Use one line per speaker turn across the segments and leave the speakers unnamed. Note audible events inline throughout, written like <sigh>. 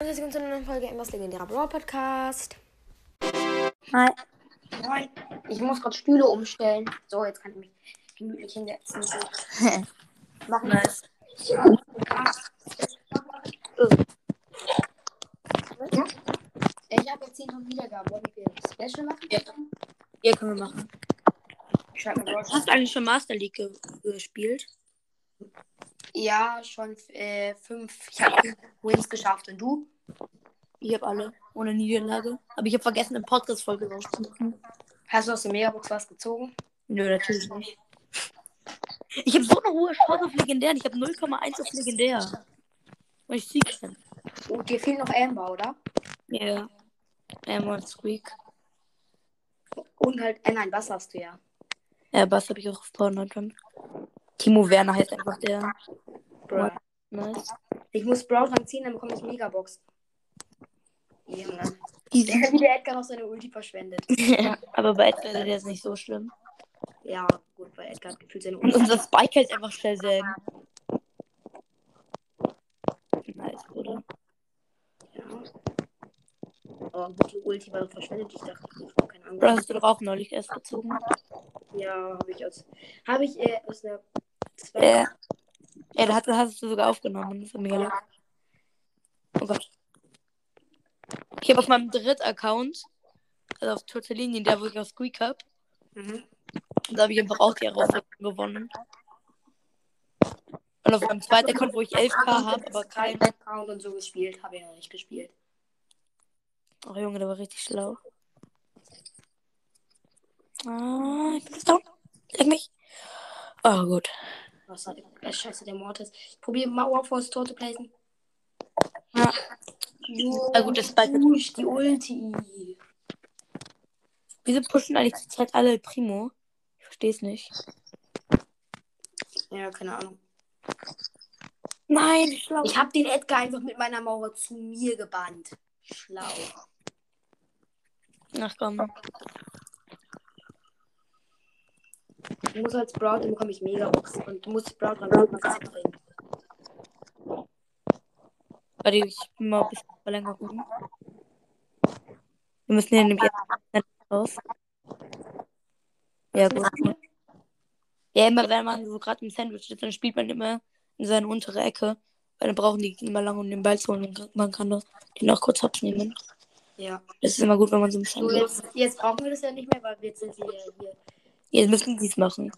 Und jetzt kommt zu einer neuen Folge Emmas legendärer Brawl Podcast.
Hi.
Moin. Ich muss gerade Stühle umstellen. So, jetzt kann ich mich gemütlich hinsetzen. So. Machen wir es. Ich habe jetzt 10 Wiedergaben. Wollen wir ein Special machen?
Ja. Ja, können wir machen.
Ich schreib mal
Hast
drauf.
du eigentlich schon Master League ge gespielt?
Ja, schon 5. Äh, ich habe Wins geschafft. Und du?
Ich habe alle. Ohne Niederlage. Aber ich habe vergessen, eine Podcast-Folge rauszumachen.
Hast du aus der Megabox was gezogen?
Nö, natürlich nicht. Ich habe so eine hohe Chance auf Legendär. Ich habe 0,1 auf Legendär. Und ich sieg schon.
Oh, dir fehlt noch Amber, oder?
Ja. Yeah. Emerald Squeak.
Und halt, äh, nein, was hast du ja?
Äh, Bass habe ich auch auf Power 9 drin. Timo Werner heißt einfach der.
Bruh. <laughs>
Nice.
Ich muss Brown ziehen, dann bekomme ich Megabox. Junge.
Easy.
Wie der Edgar noch seine Ulti verschwendet.
Aber bei Edgar ist das nicht so schlimm.
Ja, gut, weil Edgar hat gefühlt seine
Und
Ulti.
unser Spike heißt einfach Shazam. Nice, Bruder.
Ja. Aber gute Ulti war verschwendet. Ich dachte, ich habe keine
Bro,
Ahnung.
hast du doch auch neulich erst gezogen.
Ja, habe ich aus. Habe ich äh, aus einer. zwei-
Äh, ja, da hast, hast du sogar aufgenommen. Das ist mega lecker. Oh Gott. Ich habe auf meinem dritten Account, also auf Tortellini, der wo ich auf Squeak habe,
Mhm.
da habe ich einfach auch die Herausforderung gewonnen. Und auf meinem zweiten Account, wo ich 11k habe, aber kein.
Account und so gespielt. Habe ich noch nicht gespielt.
Oh Junge, der war richtig schlau. Ah, ich bin down. Leck mich. Oh gut.
Was hat äh, Scheiße, der Mortis. Ich probiere mal Warforce Tor zu placen.
Ja.
Jo,
Ah, gut, das ist bald-
push, die Ulti.
Wieso pushen eigentlich zurzeit alle Primo? Ich verstehe es nicht.
Ja, keine Ahnung.
Nein, ich glaube.
Ich habe den Edgar einfach mit meiner Mauer zu mir gebannt. Schlau.
Ach komm.
Ich muss als Sprout, dann bekomme ich Megabox. Und du musst Sprout dann bekommt man Kaffee trinken.
Warte, ich bin mal ein bisschen Verlängerung. Wir müssen ja nämlich erst raus. Ja, gut. Ja, immer wenn man so gerade im Sandwich ist, dann spielt man immer in seine untere Ecke. Weil dann brauchen die immer lange, um den Ball zu holen. Und Man kann das- den auch kurz hops nehmen.
Ja.
Das ist immer gut, wenn man so im
So,
Sandwich ist.
jetzt, jetzt brauchen wir das ja nicht mehr, weil jetzt sind wir ja hier.
Jetzt müssen sie es machen.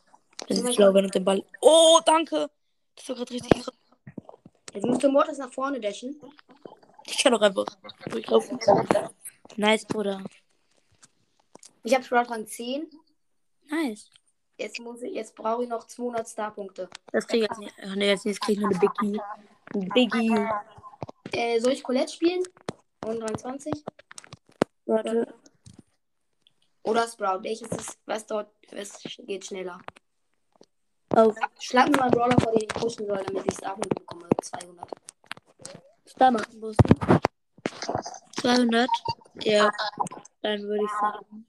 Das ist schlau, wenn du den Ball. Oh, danke! Das war gerade richtig krass.
Jetzt muss der Mortis nach vorne dashen.
Ich kann doch einfach durchlaufen. Nice, Bruder.
Ich habe Sprout Rang 10.
Nice.
Jetzt, muss ich- jetzt brauche ich noch 200 Starpunkte.
Das kriege ich jetzt nicht. Ach nee, jetzt nicht. Das kriege ich nur eine Biggie. Eine Biggie.
Äh, soll ich Colette spielen? Und Rang 20?
Warte.
Oder Sprout? Welches ist, was dort, was geht schneller?
Auf
Schlag mir mal einen Brawler vor, den ich pushen soll, damit ich Starpunkte bekomme. 200.
Star machen musst du. 200. Ja. Dann würde ich sagen.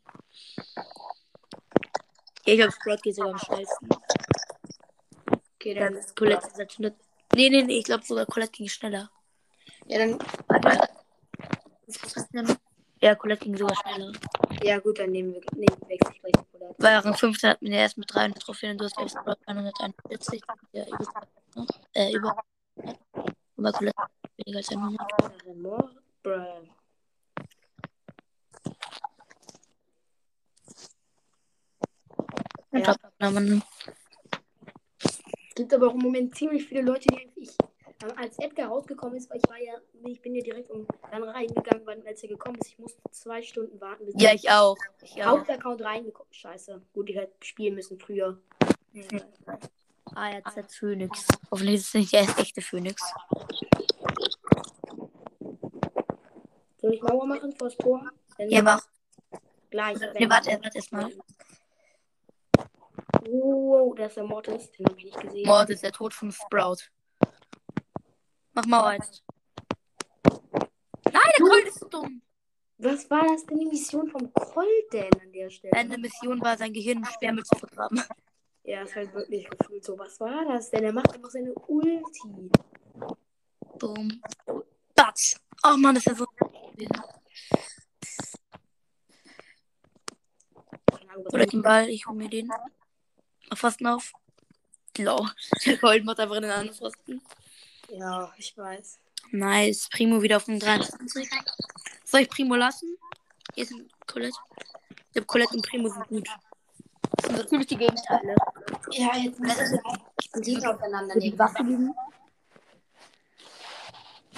Ja, ich glaube, Sprout geht sogar am schnellsten.
Okay,
Dann
dann.
ist Colette ist natürlich. Nee, nee, nee. Ich glaube sogar Colette ging schneller.
Ja, dann.
Was ist denn? Ja, Colette ging sogar schneller.
Ja, gut, dann nehmen wir, nehmen, wechsel ich gleich Colette.
Bei Rang 15 hat man ja erst mit 300 Trophäen und du hast erst mal 141. Ja, über. Äh, über. Und bei Colette weniger als 100.
Remor- Bruh.
Ja.
Ja. Es gibt aber auch im Moment ziemlich viele Leute, die ich, äh, als Edgar rausgekommen ist, weil ich war ja, ich bin ja direkt um dann reingegangen, weil als er gekommen ist, ich musste zwei Stunden warten, bis
Ja,
der
ich auch. Ich auch.
Hauptaccount reingekommen Scheiße. Gut, ich hätte spielen müssen früher.
ARZ Phoenix. Hoffentlich ist es nicht der echte Phoenix.
Soll ich Mauer machen vor das Tor? Dann
Ja, mach.
gleich.
Nee, warte, warte erstmal.
Wow, das ist der Mortis, den habe ich nicht gesehen.
Mord ist der Tod von Sprout. Mach Mauer jetzt. Nein, der Colt ist dumm.
Was war das denn die Mission vom Colt denn an der Stelle?
Seine Mission war, sein Gehirn schwer mit zu vergraben.
Ja, ist halt wirklich gefühlt so. Was war das denn? Er macht einfach seine Ulti.
Dumm. Batsch. Oh Mann, das ist ja so.
Keine Ahnung, was
Oder den Ball, ich hol mir den. Mach Pfosten auf. Low. <laughs> Der Gold macht einfach in den anderen Pfosten.
Ja, ich weiß.
Nice. Primo wieder auf den 23. Soll ich Primo lassen? Hier ist ein Colette. Ich glaube, Colette und Primo sind gut. Das sind so ziemlich die Gegenteile.
Ja, jetzt müssen wir die aufeinander nehmen.
liegen.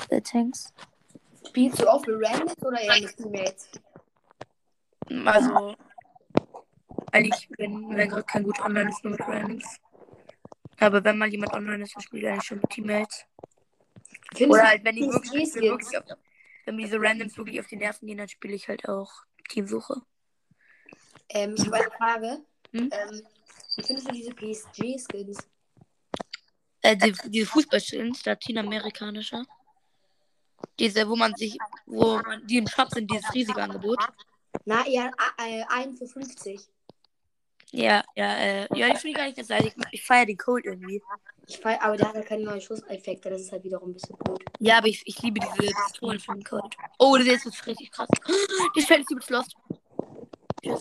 Der Tanks.
Spielst du oft mit Randoms oder eher mit Teammates?
Also. Eigentlich, wenn, wenn gerade kein gut online ist, nur mit Randoms. Aber wenn mal jemand online ist, dann spiele ich eigentlich schon mit Teammates.
Findest
Oder
du,
halt, wenn die Hm.
Teams
wirklich,
Gs
wenn
gehen.
wirklich auf, wenn mir diese Randoms wirklich auf die Nerven gehen, dann spiele ich halt auch Teamsuche.
ähm, ich habe eine Frage.
Hm?
Ähm, wie findest du diese PSG-Skins?
Äh, die, diese Fußballskins, lateinamerikanischer. Diese, wo man sich, wo man, die im Shop sind, dieses riesige Angebot.
Na, ja, a- äh, einen für 50.
Ja, ja, äh, ja, ich finde die gar nicht ganz leid. Ich, ich feiere den Code irgendwie.
Ich fall, aber der hat halt keine neuen Schusseffekte, das ist halt wiederum ein bisschen blöd.
Ja, aber ich, ich liebe diese Pistolen von Code. Oh, das ist jetzt richtig krass. <gasps> Die Feld ist übelst lost. Tschüss.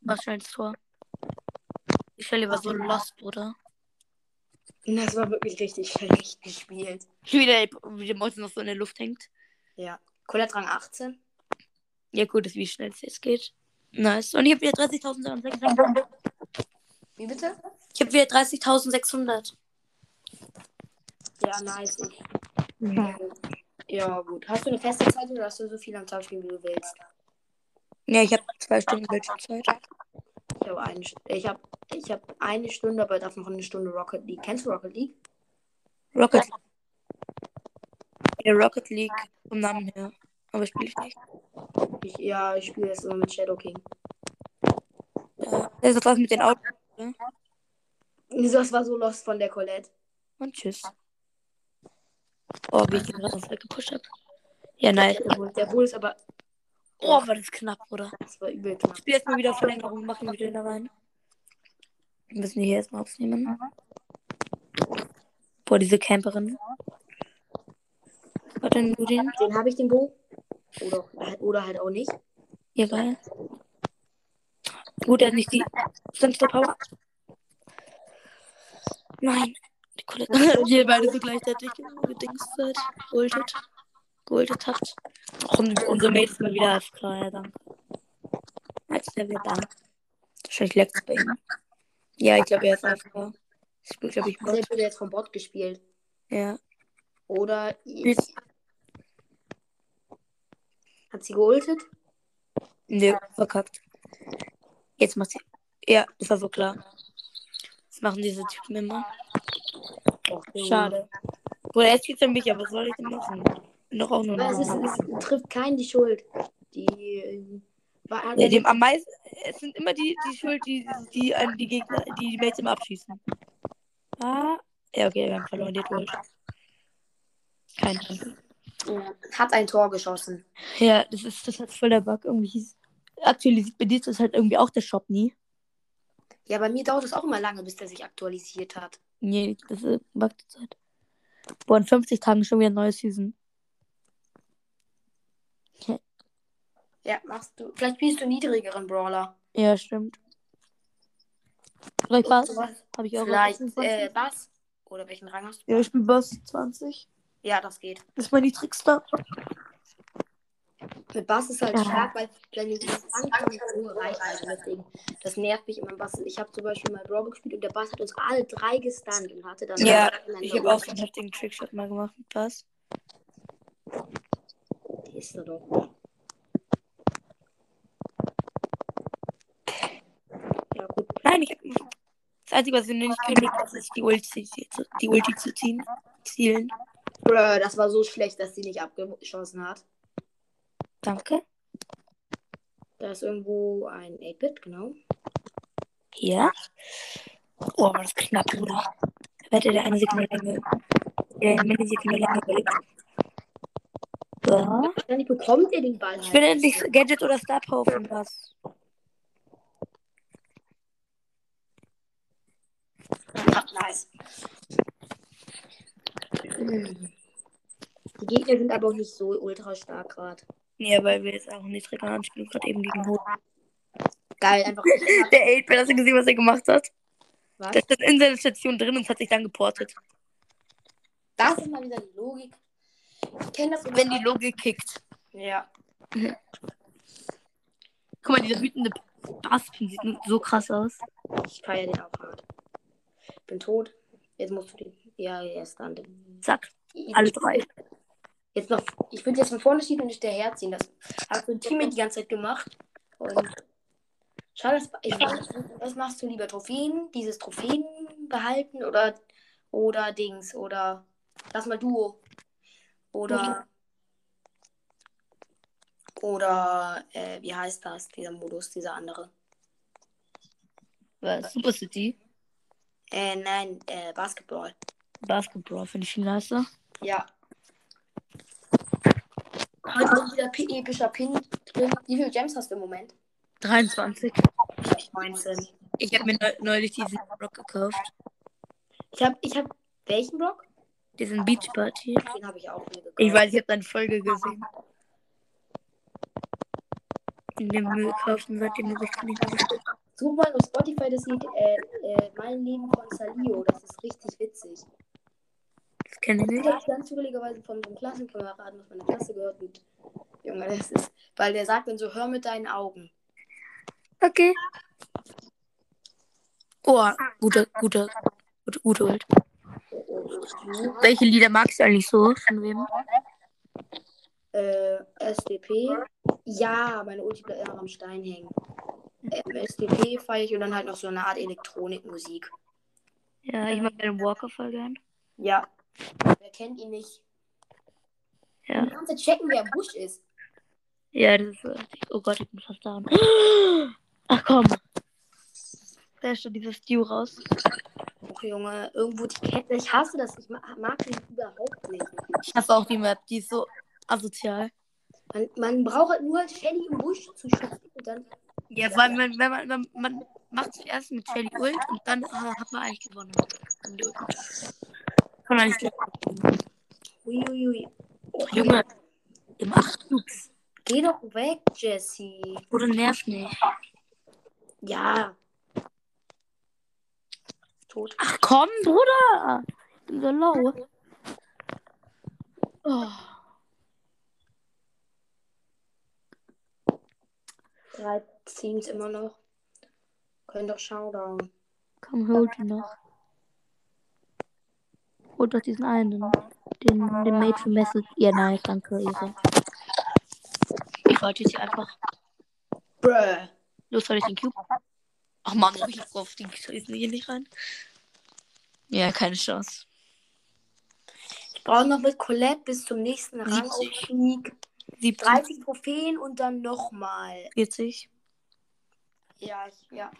Was für ein Tor. Die Fälle war so lost, Bruder.
Das war wirklich richtig schlecht gespielt.
Wie der, wie der Mäuse noch so in der Luft hängt.
Ja. Colette Rang 18.
Ja, gut, das ist wie schnell es jetzt geht. Nice. Und ich habe wieder 30.600.
Wie bitte?
Ich habe wieder 30.600.
Ja, nice. Ich, ja, gut. Hast du eine feste Zeit oder hast du so viel am Tag spielen, wie du willst?
Ja, ich habe zwei Stunden Bildschirmzeit.
Ich habe eine, St- ich hab, ich hab eine Stunde, aber davon noch eine Stunde Rocket League. Kennst du Rocket League?
Rocket ja, Rocket League vom Namen her. Aber spiele ich nicht.
Ich, ja, ich spiele das immer mit Shadow King. <laughs>
Ja. Äh, Das ist doch was mit den Autos.
Das war so lost von der Colette.
Und tschüss. Oh, wie ich den gerade noch weggepusht habe. Ja, nice.
Der Bull, der Bull ist aber.
Oh, war das knapp, oder?
Das war übel knapp.
Ich spiele jetzt mal wieder Verlängerung, machen wir wieder da rein. Wir müssen die hier erstmal aufnehmen. Boah, diese Camperin. Warte, nur den.
Den habe ich, den Bo. Oder, oder halt auch nicht.
Ja, geil. Gut, er hat nicht die. Sonst der Power. Nein. Die Colette. <laughs> Wir beide so gleichzeitig gedingst. Goldet. Goldet habt. Und unser Mate ist mal wieder AFK, ja, danke. Als der wird da. Wahrscheinlich leckt bei ihm. Ja, ich glaube, er ist AFK. Ich spiele, glaube ich,
Der
Bot.
wurde jetzt vom Bot gespielt.
Ja.
Oder.
Jetzt-
Hat sie geultet?
Nö, verkackt. Jetzt macht sie. Ja, das war so klar. Das machen diese Typen immer.
Och, Junge.
Schade. Bruder, jetzt geht's um mich, aber was soll ich denn machen? Bin doch auch nur
Aber es, ist,
noch.
es trifft keinen die Schuld. Die. ähm, War,
Ja, dem am meisten, es sind immer die, die Schuld, die, die an die Gegner, die die Mates immer abschießen. Ah, ja, okay, wir haben verloren, die Gold. Kein Ahnung.
Ja, also, hat ein Tor geschossen.
Ja, das ist, das ist voll der Bug. Irgendwie hieß, aktualisiert bei dir ist das halt irgendwie auch der Shop nie.
Ja, bei mir dauert es auch immer lange, bis der sich aktualisiert hat.
Nee, das ist Bug zur Zeit. Boah, in 50 Tagen schon wieder eine neue Season.
Ja, machst du. Vielleicht spielst du niedrigeren Brawler.
Ja, stimmt. Vielleicht was?
Sowas.
Habe ich auch
Vielleicht
was?
äh, Bass. Oder welchen Rang hast du?
Ja, ich spiele Boss 20.
Ja, das geht.
Das ist mein niedrigster.
Mit Bass ist halt
Ja.
stark, weil deine Distanz nicht so erreicht werden. Deswegen, das nervt mich immer. Bass. Ich habe zum Beispiel mal Brawl gespielt und der Bass hat uns alle drei gestunt und hatte dann.
Ja,
dann
Ich habe auch so einen heftigen Trickshot mal gemacht mit Bass.
Ist er doch. Ja, gut.
Nein, ich habe. Das Einzige, was ich nicht kann, ist die Ulti, zu- die Ulti zu ziehen. Zielen.
Brr, das war so schlecht, dass sie nicht abgeschossen hat.
Danke.
Da ist irgendwo ein 8-Bit, genau.
Ja. Oh, war das knapp, Bruder. Ich wette, der eine Sekunde länger. Der eine Sekunde länger überlebt. Ja.
Dann bekommt er den Ball.
Ich
halt.
bin endlich Gadget oder Star Power von Bass.
Ja, nice. Die Gegner sind aber auch nicht so ultra stark gerade.
Nee, weil wir jetzt auch nicht rekan spielen, gerade eben gegen Hut.
Geil, einfach.
Der 8 hast du gesehen, was er gemacht hat?
Was?
Der stand in seiner Station drin und hat sich dann geportet.
Das ist mal wieder die Logik. Ich kenne das
Wenn die Logik kickt.
Ja.
Guck mal, dieser wütende Basken sieht nun so krass aus.
Ich feiere den auch hart. Bin tot. Jetzt musst du den. Ja, er ist dann.
Zack, alle drei.
Jetzt noch. Ich würde jetzt von vorne schießen und nicht daherziehen. Das hat mein Teammate die ganze Zeit gemacht. Und. Schade, dass- ich weiß, nicht, was machst du lieber? Trophäen? Dieses Trophäen behalten oder. Oder Dings. Oder. Lass mal Duo. Oder. Oder. Äh, wie heißt das? Dieser Modus, dieser andere.
Was? Super City.
Äh, nein, äh, Basketball.
Basketball finde ich viel nicer.
Ja. Heute ist wieder P epischer Pin drin. Wie viele Gems hast du im Moment?
23.
19.
Ich habe mir neu- neulich diesen Block gekauft.
Ich hab, ich hab, welchen Block?
Diesen Beach Party.
Den habe ich auch mir gekauft.
Ich weiß, ich habe deine Folge gesehen. In dem Müll gekauft und seitdem habe ich nicht mehr.
Such mal auf Spotify das Lied, äh, äh, Mein Leben von Salio. Das ist richtig witzig.
Das kenne ich
Ich
nicht.
habe ganz zufälligerweise von einem Klassenkameraden aus meiner Klasse gehört. Und, Junge, das ist, weil der sagt dann so, hör mit deinen Augen.
Okay. Oh, guter, guter, guter, guter Ult. Welche Lieder magst du eigentlich so? Von wem?
Äh, SDP. Ja, meine Ulti bleibt immer am Stein hängen. Ähm, SDP feiere ich und dann halt noch so eine Art Elektronikmusik.
Ja, ich mag den Walker voll gern.
Ja. Wer kennt ihn nicht?
Ja.
Du kannst jetzt checken, wer Busch ist.
Ja, das ist. äh, Oh Gott, ich bin fast down. <gasps> Ach komm. Da ist schon dieses Stew raus.
Okay, Junge, irgendwo die Kette. Ich hasse das. Ich ma- mag ihn überhaupt nicht.
Ich hasse auch die Map, die ist so asozial.
Man, man braucht halt nur Shelly im Busch zu schützen und dann.
Ja, weil man, wenn man, man, man macht zuerst mit Shelly Ult und dann äh, hat man eigentlich gewonnen. Mit Ult. Kann man nicht
Uiuiui. Oh,
Junge, im 8 Cubes.
Geh doch weg, Jesse.
Oder nervt nicht.
Ja. Tot.
Ach komm, Bruder! Ich bin so low. Oh.
Drei Teams immer noch. Können doch Showdown.
Komm, hol die noch. Hol doch diesen einen. Den, den Mate von Message. Ja, nein, danke, Eva. Ich wollte jetzt hier einfach.
Bruh.
Los, soll ich den Cube? Ach Mann, ich hab drauf. Den schießen hier nicht rein. Ja, keine Chance.
Ich brauche noch mit Colette bis zum nächsten Rang
70.
Sieg.
70,
30 Trophäen und dann nochmal.
40.
Ja, ich- ja.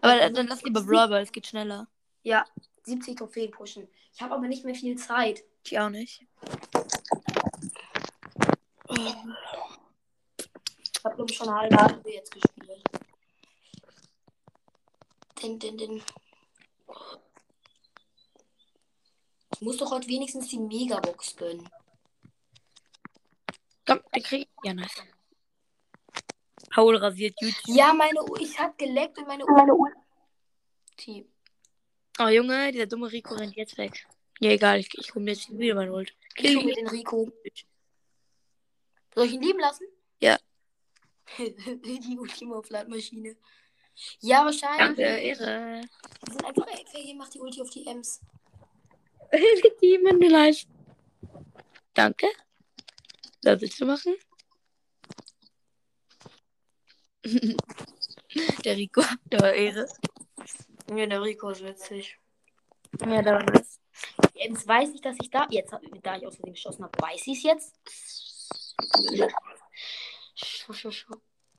Aber dann dann lass lieber Brawl, Ball, es geht schneller.
Ja, 70 Trophäen pushen. Ich habe aber nicht mehr viel Zeit.
Ich auch nicht.
Ich habe glaube ich schon eine halbe Stunde jetzt gespielt. Din, din, din. Ich muss doch heute wenigstens die Megabox gönnen.
Komm, den krieg ich. Ja, nice. Paul rasiert YouTube.
Ja, meine U ich hab geleckt und meine Ulti.
Oh, Junge, dieser dumme Rico rennt jetzt weg. Ja, egal, ich, ich hol mir jetzt wieder mein Ult.
Ich hole mir den Rico. Soll ich ihn leben lassen?
Ja.
<laughs> die Ultima auf Landmaschine. Ja, wahrscheinlich.
Danke, Ehre.
Die sind einfach ey, hier macht die Ulti auf die Ems.
Die Mendelheit. Danke. Was willst du machen? <laughs> der Rico, der war Ehre.
Ja, der Rico ist witzig.
Ja, der war nice.
Die Ems weiß nicht, dass ich da. Jetzt, hab- da ich aus Versehen geschossen habe, weiß sie es jetzt. Schu, schu, schu.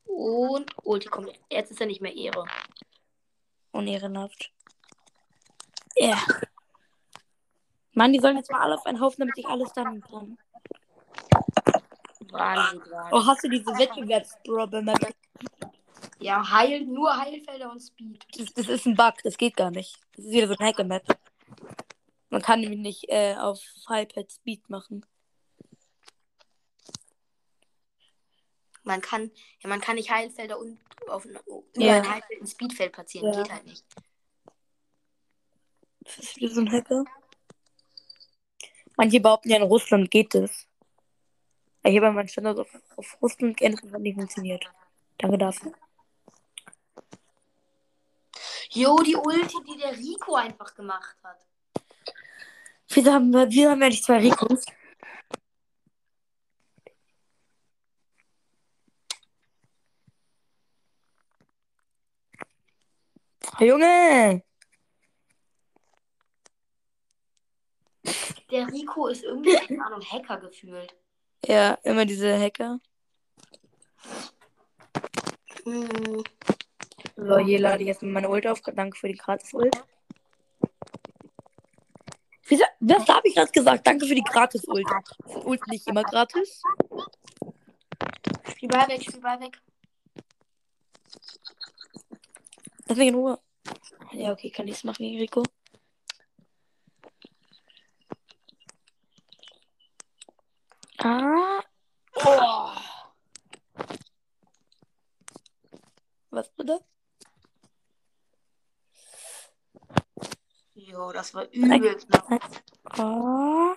Und Ulti kommt. Jetzt ist er nicht mehr Ehre.
Unehrenhaft. Ja. Yeah. Mann, die sollen jetzt mal alle auf einen Haufen, damit ich alles dann kann.
Wahnsinn, Wahnsinn.
Oh, hast du diese Wettbewerbsproblematik?
Ja, Heil, nur Heilfelder und Speed.
Das, das ist ein Bug, das geht gar nicht. Das ist wieder so ein Hacker-Map. Man kann nämlich nicht äh, auf Hypad Speed machen.
Man kann, ja, man kann nicht Heilfelder und auf über
Ja.
ein Heilfeld ein Speedfeld platzieren.
Ja.
Geht halt nicht.
Das ist wieder so ein Hacker. Manche behaupten ja, in Russland geht das. Aber hier bei meinem Standort auf, auf Russland geändert und hat nicht funktioniert. Danke dafür.
Jo, die Ulti, die der Rico einfach gemacht hat.
Wieso haben wir, wieso haben wir nicht zwei Ricos? Junge!
Der Rico ist irgendwie, keine Ahnung, Hacker gefühlt.
Ja, immer diese Hacker.
Mhm.
So, hier lade ich erstmal meine Ult auf. Danke für die Gratis-Ult. Wieso? Was habe ich gerade gesagt? Danke für die Gratis-Ult. Sind Ult nicht immer gratis?
Spiel Ball weg, Spiel Ball weg.
Lass mich in Ruhe. Ja, okay, kann nichts machen gegen Rico. Ah,
Oh.
was bitte?
Jo, das war übel knapp.
Ah.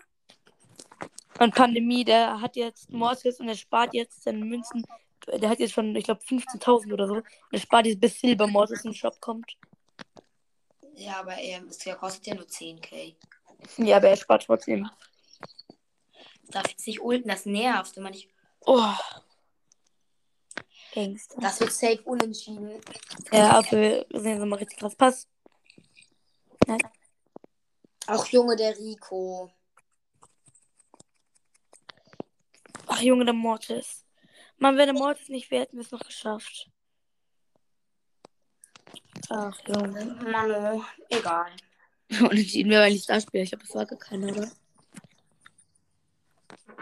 Und Pandemie, der hat jetzt Mortis und er spart jetzt seine Münzen. Der hat jetzt schon, ich glaube, 15.000 oder so. Und er spart jetzt bis Silber Mortis in den Shop kommt.
Ja, aber ähm, es kostet ja nur 10k.
Ja, aber er spart trotzdem.
Darf jetzt nicht ulten, das nervt. Wenn man nicht,
Oh. Gangster.
das wird safe unentschieden.
Ja, aber wir sehen so mal richtig krass. Pass.
Auch Junge, der Rico.
Ach, Junge, der Mortis. Mann, wenn der Mortis nicht wäre, hätten wir es noch geschafft. Ach, Junge.
Manu, egal.
<laughs> Unentschieden wäre eigentlich das Spiel. Ich glaube, es war gar keiner, oder?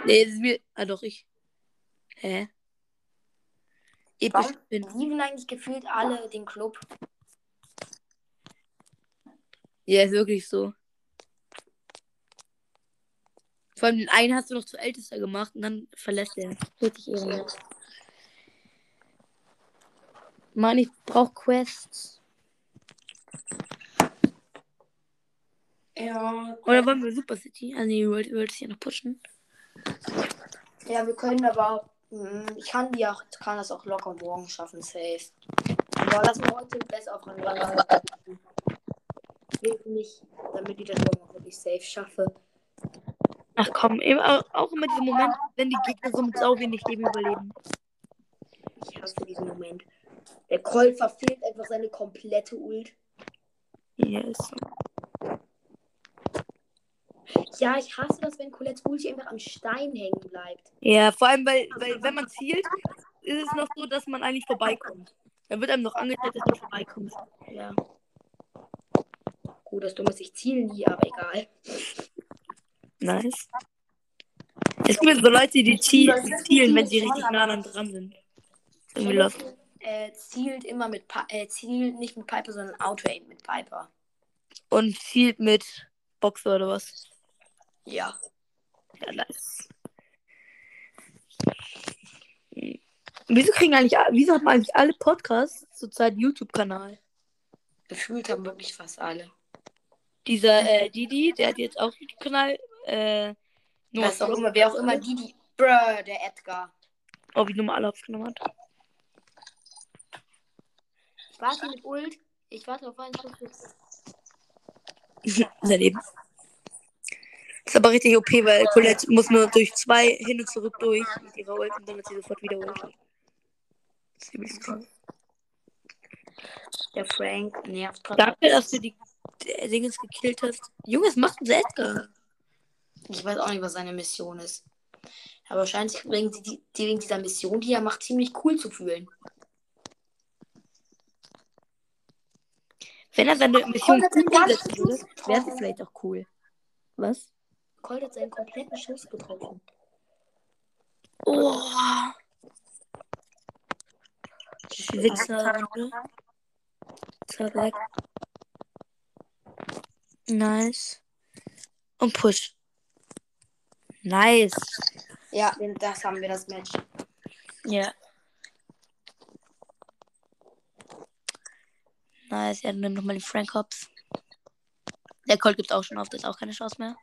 Nee, es ist mir. Ah, doch, ich. Hä? Episch
Warum?
bin.
Lieben eigentlich gefühlt alle den Club.
Ja, ist wirklich so. Vor allem den einen hast du noch zu ältester gemacht und dann verlässt er. Richtig ehrenlos. Mann, ich brauch Quests.
Ja.
Oder wollen wir Super City? Also, nee, wollt wollt ihr hier noch pushen?
Ja, wir können aber. mm, Ich kann, die auch, kann das auch locker morgen schaffen, safe. Aber lass mal heute besser auf meinen Wahl. Wirklich, damit ich das morgen auch wirklich safe schaffe.
Ach komm, eben, au- auch immer diese Momente, wenn die Gegner so mit sau wenig Leben überleben.
Ich hasse diesen Moment. Der Kroll verfehlt einfach seine komplette Ult.
Ja, ist so.
Ja, ich hasse das, wenn Colettes Ulti einfach am Stein hängen bleibt.
Ja, vor allem, weil, weil wenn man zielt, ist es noch so, dass man eigentlich vorbeikommt. Dann wird einem noch angezeigt, dass man vorbeikommt.
Ja. Gut, das dumme ist, ich ziele nie, aber egal.
Nice. Es gibt ja so Leute, die zielen, die zielen, wenn sie richtig nah an dran sind. Irgendwie los.
Äh, zielt immer mit Pi- äh, zielt nicht mit Piper, sondern Auto-Aim mit Piper.
Und zielt mit Boxer oder was.
Ja.
Ja, nice. Hm. Wieso kriegen eigentlich, a- wieso haben eigentlich alle Podcasts zurzeit einen YouTube-Kanal?
Gefühlt haben wirklich fast alle.
Dieser äh, Didi, der hat jetzt auch einen YouTube-Kanal. Äh, nur
Was auch immer, wer auch immer die, die. Brr, der Edgar.
Ob ich nochmal Oh, alle aufgenommen hat.
Ich warte mit Ult. Ich warte auf einen Schuss.
Daneben. Ist aber richtig OP, weil Colette muss nur durch zwei hin und zurück durch mit ihrer Ult und dann hat sie sofort wieder Ult. Das ist übelst krass.
Der Frank nervt gerade.
Danke, dass du die die Dingens gekillt hast. Junge, was macht denn Edgar?
Ich weiß auch nicht, was seine Mission ist. Aber scheint sich wegen, die, die, wegen dieser Mission, die er macht, ziemlich cool zu fühlen.
Wenn er seine Mission
Oh, das
gut
hat gar nicht
umsetzen würde,
getroffen.
wäre es vielleicht auch cool. Was?
Colt hat seinen kompletten Schuss getroffen.
Oh. Wichser. Zurück. Nice. Und Push. Nice.
Ja, das haben wir, das Match.
Ja. Nice, er nimmt nochmal die Frank Hops. Der Colt gibt auch schon auf, der hat auch keine Chance mehr.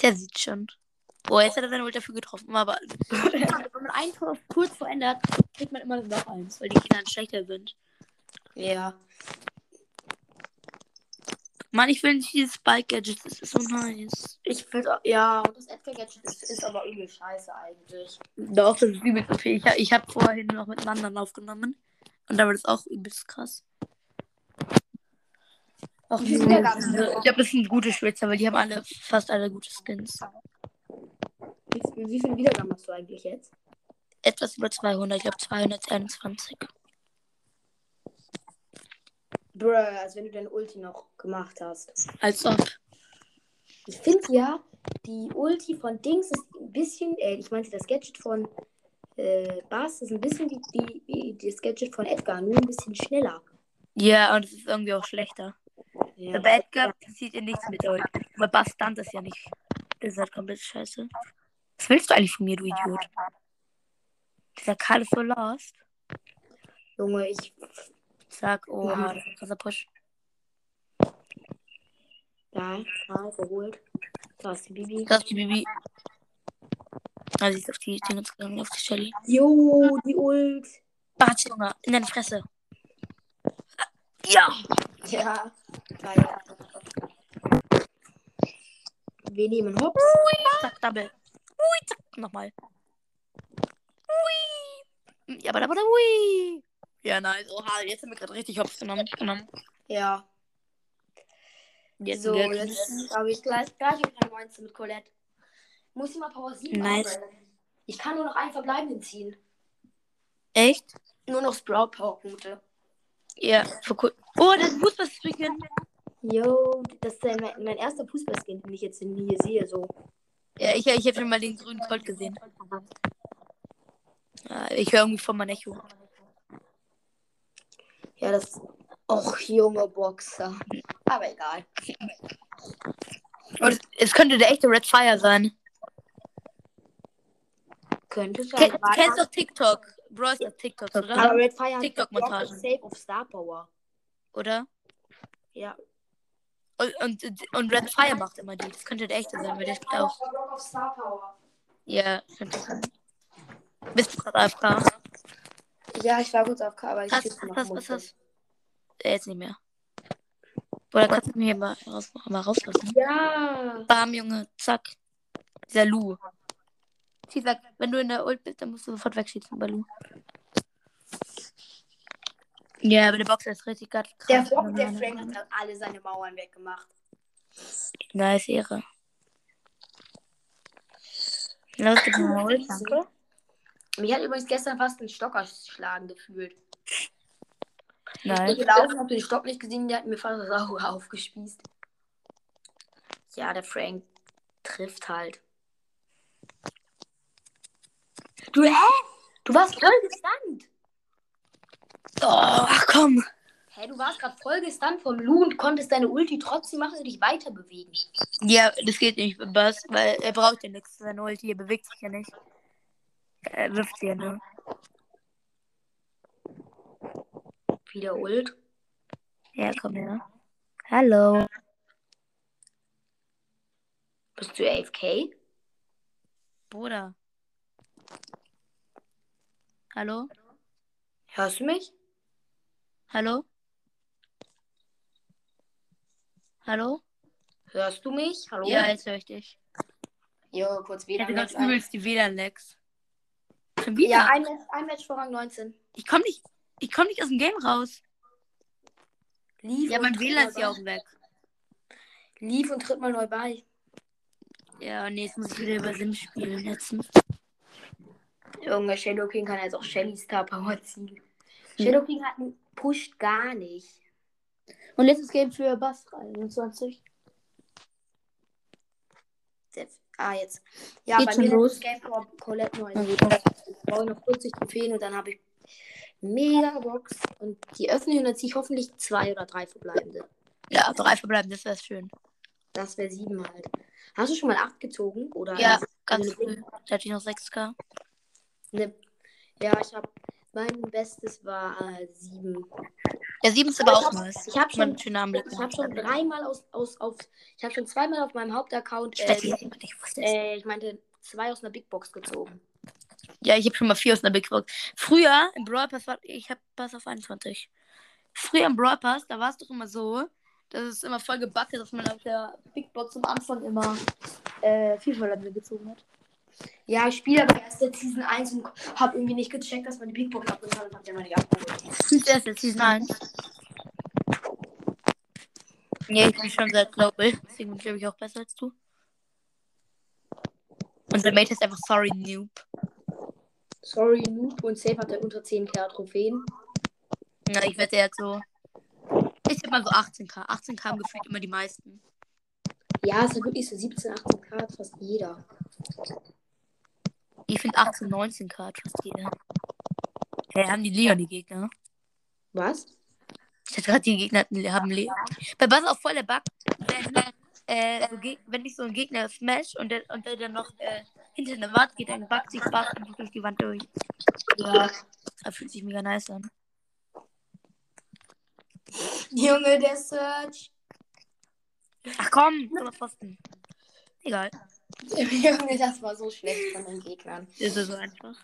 Der sieht schon. Boah, jetzt hat er seine Ult dafür getroffen, aber wenn man einen Tor kurz verändert, kriegt man immer noch eins, weil die Gegner dann schlechter sind.
Ja.
Mann, ich will nicht dieses Spike-Gadget, das ist so nice.
Ich würde, ja, und das Edgar-Gadget ist, ist aber übel scheiße eigentlich.
Doch, das ist übelst okay. Ich, hab- ich habe vorhin noch mit einem anderen aufgenommen und da war das auch übelst krass.
Auch
Ich glaube, das sind gute Schwitzer, weil die haben alle, fast alle gute Skins.
Wie, wie viele Wiedergaben hast du eigentlich jetzt?
Etwas über 200, ich glaube 221.
Bruh, als wenn du deine Ulti noch gemacht hast.
Als ob.
Ich finde ja, die Ulti von Dings ist ein bisschen, äh, ich meinte das Gadget von äh, Bas ist ein bisschen die, die, die, das Gadget von Edgar, nur ein bisschen schneller.
Ja, und es ist irgendwie auch schlechter.
Ja.
Aber Edgar sieht ihr nichts mit euch. Aber Bastant ist ja nicht. Das ist halt komplett scheiße. Was willst du eigentlich von mir, du Idiot? Dieser Karl ist so lost.
Junge, ich.
Sag, oha, das ist ein oh, krasser Push.
Ja, mal geholt. Da ist die Bibi.
Das ist die Bibi. Also, sie ist auf die Dinge gegangen, auf die Shelly.
Jo, die Ult.
Batsch, Junge, in deine Fresse. Ja!
Ja, geil. Wir nehmen Hops.
Zack, Double. Ui, zack, nochmal. Ui. Ja, aber da war der Ui. Ja, nice. Oha, jetzt haben wir gerade richtig Hops genommen. genommen.
Ja,
Jetzt
so,
wir-
jetzt habe ich gleich, gleich wieder eine 19 mit Colette. Muss ich mal pausieren?
Nice.
Alter. Ich kann nur noch einen verbleibenden ziehen.
Echt?
Nur noch Sprout Power Punkte.
Ja, vor kur- Oh, das Fußballstreaken.
Jo, das ist mein, mein erster Fußballskin, den ich jetzt in hier sehe. So.
Ja, ich, ich habe schon mal den grünen Colt gesehen. Ah, Ich höre irgendwie von Manecho.
Ja, das. Och, junge Boxer. Aber egal.
Und es könnte der echte Red Fire sein.
Könnte sein.
Ken, kennst du doch TikTok? Bro ist auf TikTok,
aber
oder?
Red Fire hat
TikTok-Montagen.
Block Safe auf Star Power.
Oder?
Ja.
Und, und, und Red Fire macht immer die. Das könnte der echte sein, weil der spielt auch.
Block auf Star Power.
Ja, könnte sein. Bist du gerade AFK?
Ja, ich war kurz auf K, aber ich
Krass,
schütze noch
krass,
Mund.
was hast du? Äh, jetzt nicht mehr. Oder kannst du mir mal, raus, mal rauslassen?
Ja.
Bam, Junge, zack. Dieser Lu. Sie sagt, wenn du in der Ult bist, dann musst du sofort wegschießen bei Lu. Ja, aber der Boxer ist richtig gerade
Der
krass.
Bob, der Frank hat gerade alle seine Mauern weggemacht.
Nice, Ehre. Los, gib mir mal Ult, danke.
Mich hat übrigens gestern fast ein Stocker schlagen gefühlt. Ich
Nice.
bin gelaufen, hab den Stock nicht gesehen, der hat mir fast das Auge aufgespießt. Ja, der Frank trifft halt. Du, hä? Du warst voll gestunt.
Oh, ach komm.
Hä, du warst gerade voll gestunt vom Lu und konntest deine Ulti trotzdem machen und dich weiter bewegen.
Ja, das geht nicht, Bass, weil er braucht ja nichts. Seine Ulti, er bewegt sich ja nicht. Er wirft sie ja nur.
Wieder Ult.
Ja, komm her. Hallo.
Bist du AFK?
Bruder. Hallo?
Hörst du mich?
Hallo? Hallo?
Hörst du mich? Hallo?
Ja, jetzt höre ich dich.
Jo, kurz
Ich
wieder.
hatte gerade übelst die WLAN-Lags. Schon wieder?
Ja, ein, Match- ein Match Vorrang 19.
ich komme nicht, ich komm nicht aus dem Game raus.
Lief
Ja,
und
mein
tritt
WLAN
mal
ist ja
neu-
auch weg.
Lief und tritt mal neu bei.
Ja, nee, jetzt muss ich wieder über Sim spielen. Jetzt.
Junge, Shadow King kann jetzt auch Shelly Star Power ziehen.
Hm.
Shadow King hat einen pusht gar nicht.
Und letztes Game für Bass 21.
Der- Ah, jetzt. Ja,
Geht
bei
schon
mir
los?
letztes Game vor Colette 9.
Na gut.
Ich brauche noch 40 Trophäen und dann habe ich mega Box. Und die öffne ich und dann ziehe ich hoffentlich zwei oder drei verbleibende.
Ja, drei verbleiben, das wäre schön.
Das wäre sieben halt. Hast du schon mal 8 gezogen? Oder
Ja,
Also,
ganz früh. Da hatte ich noch 6k.
Ne, ja, ich habe mein Bestes war äh, sieben.
Ja, 7 ist
Aber
aber
ich
auch
hab-
nice.
ich hab schon-
Mit schönen Namen
Ich habe
Äh,
schon dreimal aus, aus auf, ich habe schon zweimal auf meinem Hauptaccount,
Ich weiß
äh,
nicht, ob ich wusste es.
äh, ich meinte zwei aus einer Big Box gezogen.
Ja, ich habe schon mal 4 aus einer Big Box. Früher im Brawl Pass war ich hab Pass auf 21. Früher im Brawl Pass, da war es doch immer so, dass es immer voll gebackt ist, dass man auf der Big Box am Anfang immer äh, Vielverlande gezogen hat.
Ja, ich spiele aber erst seit Season 1 und habe irgendwie nicht gecheckt, dass man die Big Box abgenommen hat und hab die einfach nicht abgeholt.
Ist erst jetzt Season 1. Nee, ich bin schon seit Global. Deswegen bin ich, glaube ich, auch besser als du. Unser Mate ist einfach sorry, Noob.
Sorry, Noob und Safe hat er unter 10k Trophäen.
Ja, ich wette, er hat so. Ich sag mal so 18k. 18k haben gefühlt immer die meisten.
Ja, ist ja wirklich so 17, 18k hat fast jeder.
Ich finde 18, 19k hat fast jeder. Hey, haben die Leon die Gegner?
Was?
Ich hatte gerade die Gegner hatten, haben Leon. Bei Buzz auch voll der Bug. Wenn, äh, so Geg- wenn ich so einen Gegner smash und der, und der dann noch äh, hinter eine Wand geht, dann buggt sich Buzz einfach durch die Wand durch.
Ja.
Das fühlt sich mega nice an.
Junge, der Search. <laughs>
Ach komm, aber Pfosten. Egal.
Junge, das war so schlecht von den Gegnern.
Ist ja so einfach.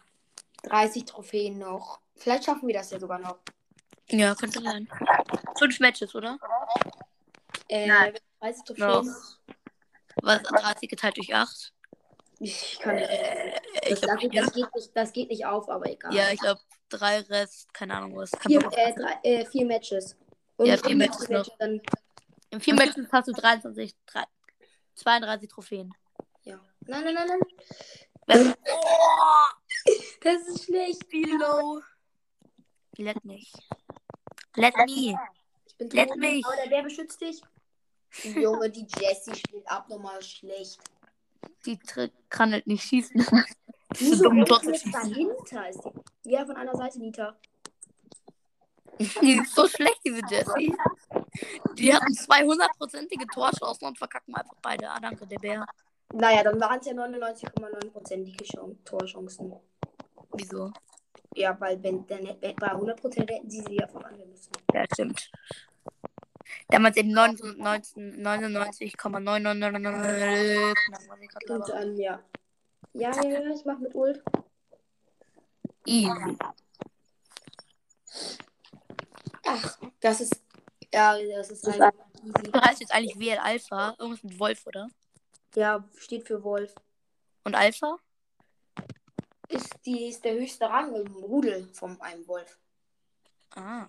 30 Trophäen noch. Vielleicht schaffen wir das ja sogar noch.
Ja, könnte sein. Fünf Matches, oder?
Äh,
Nein.
30 Trophäen.
Was 30 geteilt durch 8?
Ich kann nicht.
Ich
Äh, Das, das, das,
glaub,
geht nicht, das geht nicht auf, aber egal.
Ja, ich glaube, drei Rest, keine Ahnung was. Kein
vier,
Bock.
äh, drei, äh, vier Matches.
Ja, vier Matches noch.
Dann,
In vier Matches hast du 23, drei- 32 Trophäen.
ja. Nein, nein, nein, nein.
Wer-
Das ist schlecht.
Below. Let mich. Let me.
Ich bin
Let
tot.
mich.
Oder wer beschützt dich? Junge, die Jessie spielt abnormal schlecht.
Die Trick kann halt nicht schießen. Das ist
Wieso
so dumm,
ist
trotzdem
jetzt
schießen.
dahinter? Ist die, ja, von einer Seite, Nita.
Die ist so schlecht, diese Jessie. Die hatten 200-prozentige Torchancen und verkacken einfach beide. Ah, danke, der Bär.
Naja, dann waren es ja 99,9%ige Chan- Torchancen.
Wieso?
Ja, weil wenn, dann, hätt- bei 100% hätten sie sie ja verwandeln müssen.
Ja, stimmt. Damals eben 19 19 99,999. Keine Ahnung, was ich grad
Und
laber.
dann, ja. Ja, ja, ja, ich mach mit Ult.
Easy.
Ach, das ist. Ja, das ist einfach easy.
Das heißt jetzt eigentlich WL Alpha. Irgendwas mit Wolf, oder?
Ja, steht für Wolf.
Und Alpha?
Ist, die, ist der höchste Rang im Rudel von einem Wolf.
Ah.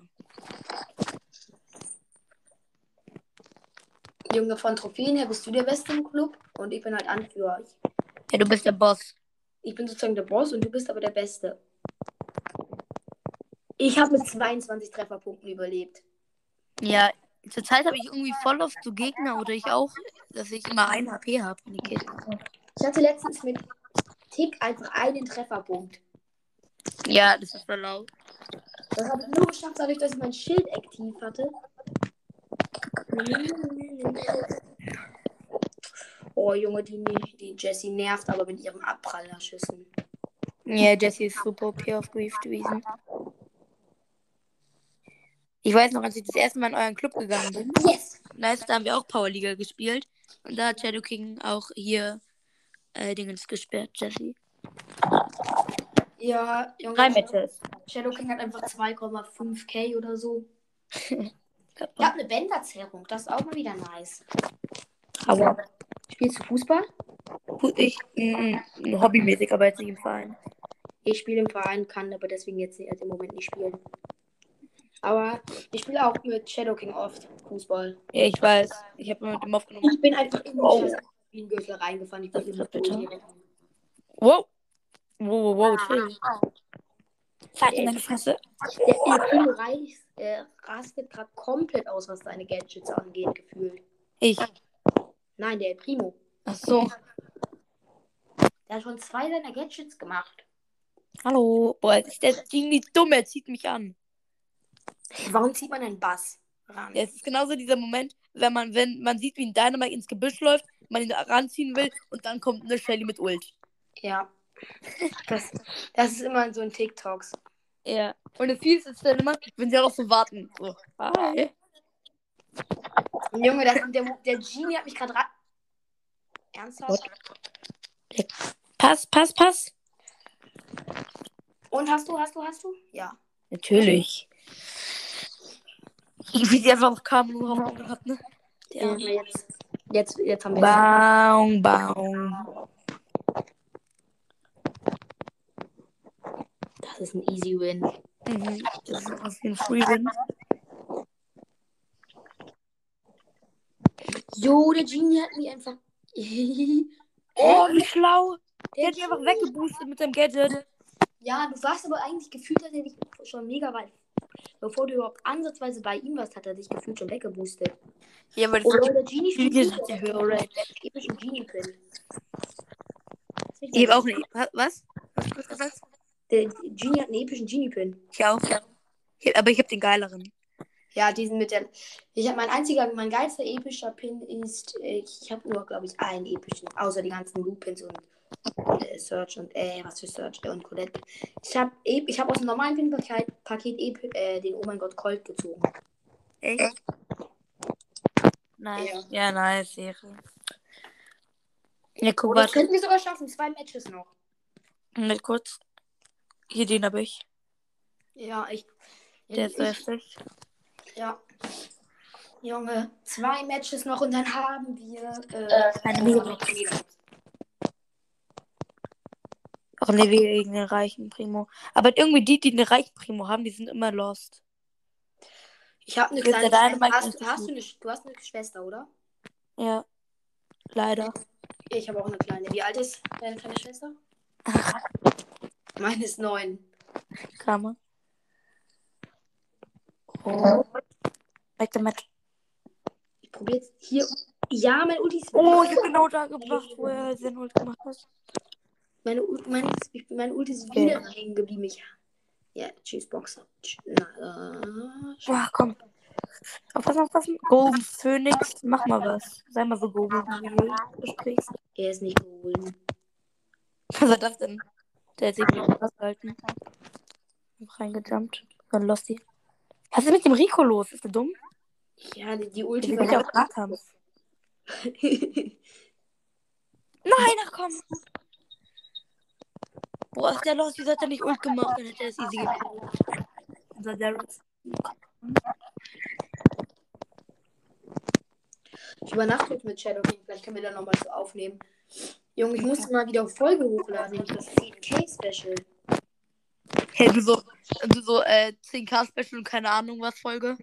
Junge, von Trophäen her bist du der Beste im Club und ich bin halt Anführer. Ich,
Ja, du bist der Boss.
ich bin sozusagen der Boss und du bist aber der Beste. Ich habe mit 22 Trefferpunkten überlebt.
Ja, zurzeit habe ich irgendwie voll oft so Gegner oder ich auch, dass ich immer ein HP habe. Und ich
Ich hatte letztens mit Tick einfach einen Trefferpunkt.
ja, das ist voll laut.
Das habe ich nur geschafft, dadurch, dass ich mein Schild aktiv hatte. Oh Junge, die, die Jessie nervt aber mit ihren Abprallerschüssen.
Ja, Jesse ist super OP auf Grief gewesen. Ich weiß noch, als ich das erste Mal in euren Club gegangen bin,
Yes!
Nice, da haben wir auch Power Liga gespielt. Und da hat Shadow King auch hier äh, Dingens gesperrt, Jesse.
Ja, Junge.
Drei Matches.
Shadow King hat einfach 2,5k oder so. Ich
Ja.
habe eine Bänderzerrung, das ist auch mal wieder nice.
Aber
Spielst du Fußball?
gut, ich mm, mm, hobbymäßig, aber jetzt nicht im Verein.
Ich spiele im Verein, kann aber deswegen jetzt nicht- also im Moment nicht spielen. Aber ich spiele auch mit Shadow King oft Fußball.
Ja, ich weiß. Ich habe mit dem aufgenommen.
Ich bin einfach in den
Oh.
oh. Gürtel reingefahren. Ich bin
Das ist
immer
bitter.
direkt.
Wow. Wow, wow, wow, chill. Zeig in deine Fresse.
Der Team Reis äh, rastet gerade komplett aus, was seine Gadgets angeht, gefühlt.
Ich.
Nein, der El Primo.
Ach so.
Der hat schon zwei seiner Gadgets gemacht.
Hallo. Boah, ist der Ding nicht dumm, er zieht mich an.
Warum zieht man einen Bass ran?
Ja, Es ist genauso dieser Moment, wenn man, wenn man sieht, wie ein Dynamite ins Gebüsch läuft man ihn ranziehen will und dann kommt eine Shelly mit Ult.
Ja. Das, das ist immer so in TikToks.
Ja. Und das Ziel ist dann immer, wenn sie auch so warten. So, hi.
Junge, das, der, der Genie hat mich gerade ra- Ernsthaft?
Pass, pass, pass.
Und hast du, hast du, hast du? Ja.
Natürlich. <laughs> Wie sie einfach auf Kabel gehauen hat, ne?
Ja, Jetzt, jetzt, jetzt haben wir
Baum, Baum.
Das ist ein easy win.
Mhm. Das ist auf jeden Fall Free Win.
Jo, der Genie hat mich einfach. <laughs> ja,
Oh, wie schlau. Der hat ihn einfach weggeboostet mit seinem Gadget.
du warst aber eigentlich gefühlt, hat er dich schon mega weit. Bevor du überhaupt ansatzweise bei ihm warst, hat er dich gefühlt schon weggeboostet.
Ja, weil das
Oh, Leute, der Genie
Genie
spielt
ist
gut.
der höhere Rate.
Ich bin schon Genie drin.
Ich hab auch nicht. Was? Was hast du gesagt?
Der Genie hat einen epischen Genie-Pin.
Ich auch. Ich hab- aber ich hab den geileren.
Ja, diesen mit der. Ich habe mein einziger, mein geilster epischer Pin ist. äh, Ich habe nur, glaube ich, einen epischen. Außer die ganzen Loop-Pins und äh, Search und. Äh, was für Search äh, und Colette. Ich habe ich hab aus dem normalen Pin-Paket Paket, Epi- äh, den Oh mein Gott Colt gezogen.
Echt? Nice. Ja, nice, Serie. Ja, guck
Und das
warte.
könnten wir sogar schaffen. Zwei Matches noch.
Nicht kurz. Hier, den hab ich.
Ja, ich.
Der ist so
ich,
heftig.
ja. Junge, zwei Matches noch und dann haben wir. Äh,
Eine
unsere
Mega. Auch ne, wir gegen den reichen Primo. Aber irgendwie die, die den reichen Primo haben, die sind immer lost.
Ich habe eine
Willst
kleine
du deine
Schwester.
mal
Hast,
ganz
hast du, eine, du hast eine Schwester, oder?
Ja. Leider.
Ich habe auch eine kleine. Wie alt ist deine kleine
<laughs>
Schwester? Meine ist neun.
Kammer. Oh. Weg damit.
Ich probiere jetzt hier. Ja, mein Ulti ist.
Oh, ich hab genau da gebracht, wo er den Ult gemacht hat.
Meine, U- mein, ich- mein Ulti ist
Okay.
wieder liegen geblieben. Ich, ja, tschüss, Boxer. Tsch- Na, äh,
Boah, komm. Aufpassen, aufpassen. Golden Phoenix, mach mal was. Sei mal so Golden, wie du besprichst.
er ist nicht geholt.
Was war das denn? Der hat sich nicht ausgehalten. Hab Reingejumpt. Dann Losty. Was ist mit dem Rico los? Ist der dumm?
Ja, die, die
Ich
Ulti
will ja auf Nahkampf.
<laughs>
Nein, ach komm. Boah, ist der los? Wieso hat er nicht Ult gemacht? Dann hätte er es easy gekriegt. Unser Darius.
Ich übernachte jetzt mit Shadow King. Vielleicht können wir da nochmal so aufnehmen. Junge, ich muss mal wieder Folge hochladen. Das 10K-Special.
Hey, du so, du so äh, 10k-Special und keine Ahnung was Folge.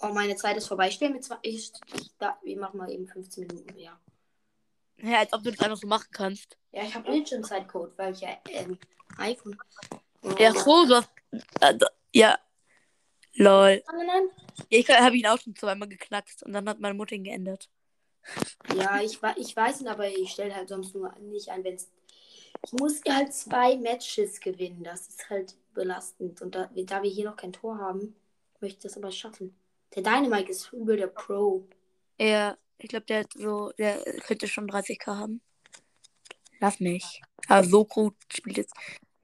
Oh, meine Zeit ist vorbei. Ich stelle mir zwei. Ich, ich, da, wir machen mal eben 15 Minuten mehr.
Hä, als ob du das einfach so machen kannst.
Ja, ich habe Bildschirmzeitcode, weil ich ja ähm, iPhone. Oh,
Ja, so, du hast. Äh, da- ja. Lol.
Nein, nein,
Ja, ich habe ihn auch schon zweimal geknackt und dann hat meine Mutter ihn geändert.
nein. ja ich, wa- ich weiß ihn, aber ich stelle halt sonst nur nicht ein, wenn es. Ich muss halt zwei Matches gewinnen. Das ist halt belastend. Und da, da wir hier noch kein Tor haben, möchte ich das aber schaffen. Der Dynamite ist übel der Pro.
Ja, ich glaube, der hat so, der könnte schon 30k haben. Lass mich. Aber so gut spielt jetzt.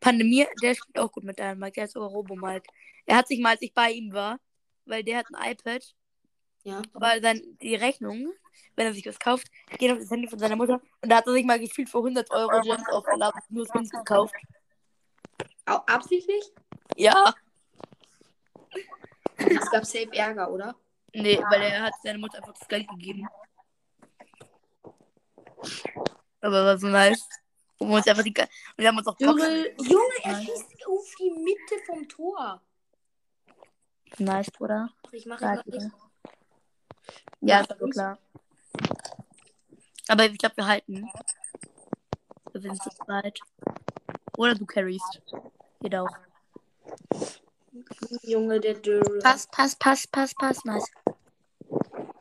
Pandemie, der spielt auch gut mit deinem Mike. Der ist sogar Robo-Mike. Er hat sich mal, als ich bei ihm war, weil der hat ein iPad,
Ja.
aber dann die Rechnung, wenn er sich was kauft, geht auf das Handy von seiner Mutter und da hat er sich mal gefühlt für 100 Euro Gems auf Laden nur Skins gekauft.
Au- Absichtlich?
Ja.
Es gab safe Ärger, oder?
Nee, weil er hat seiner Mutter einfach das Geld gegeben. Aber war so nice. Und wir uns einfach die Ge- und wir haben uns auch Popcorn-
Dürrel. Junge, er schießt auf die Mitte vom Tor.
Nice, Bruder.
Ich mache
Ja,
jetzt noch nicht.
Ja, ist doch klar. Aber ich glaube, wir halten. Wir sind zu zweit. Oder du carriest. Geht auch.
Junge, der Dürrel.
pass, pass, pass, pass. Nice.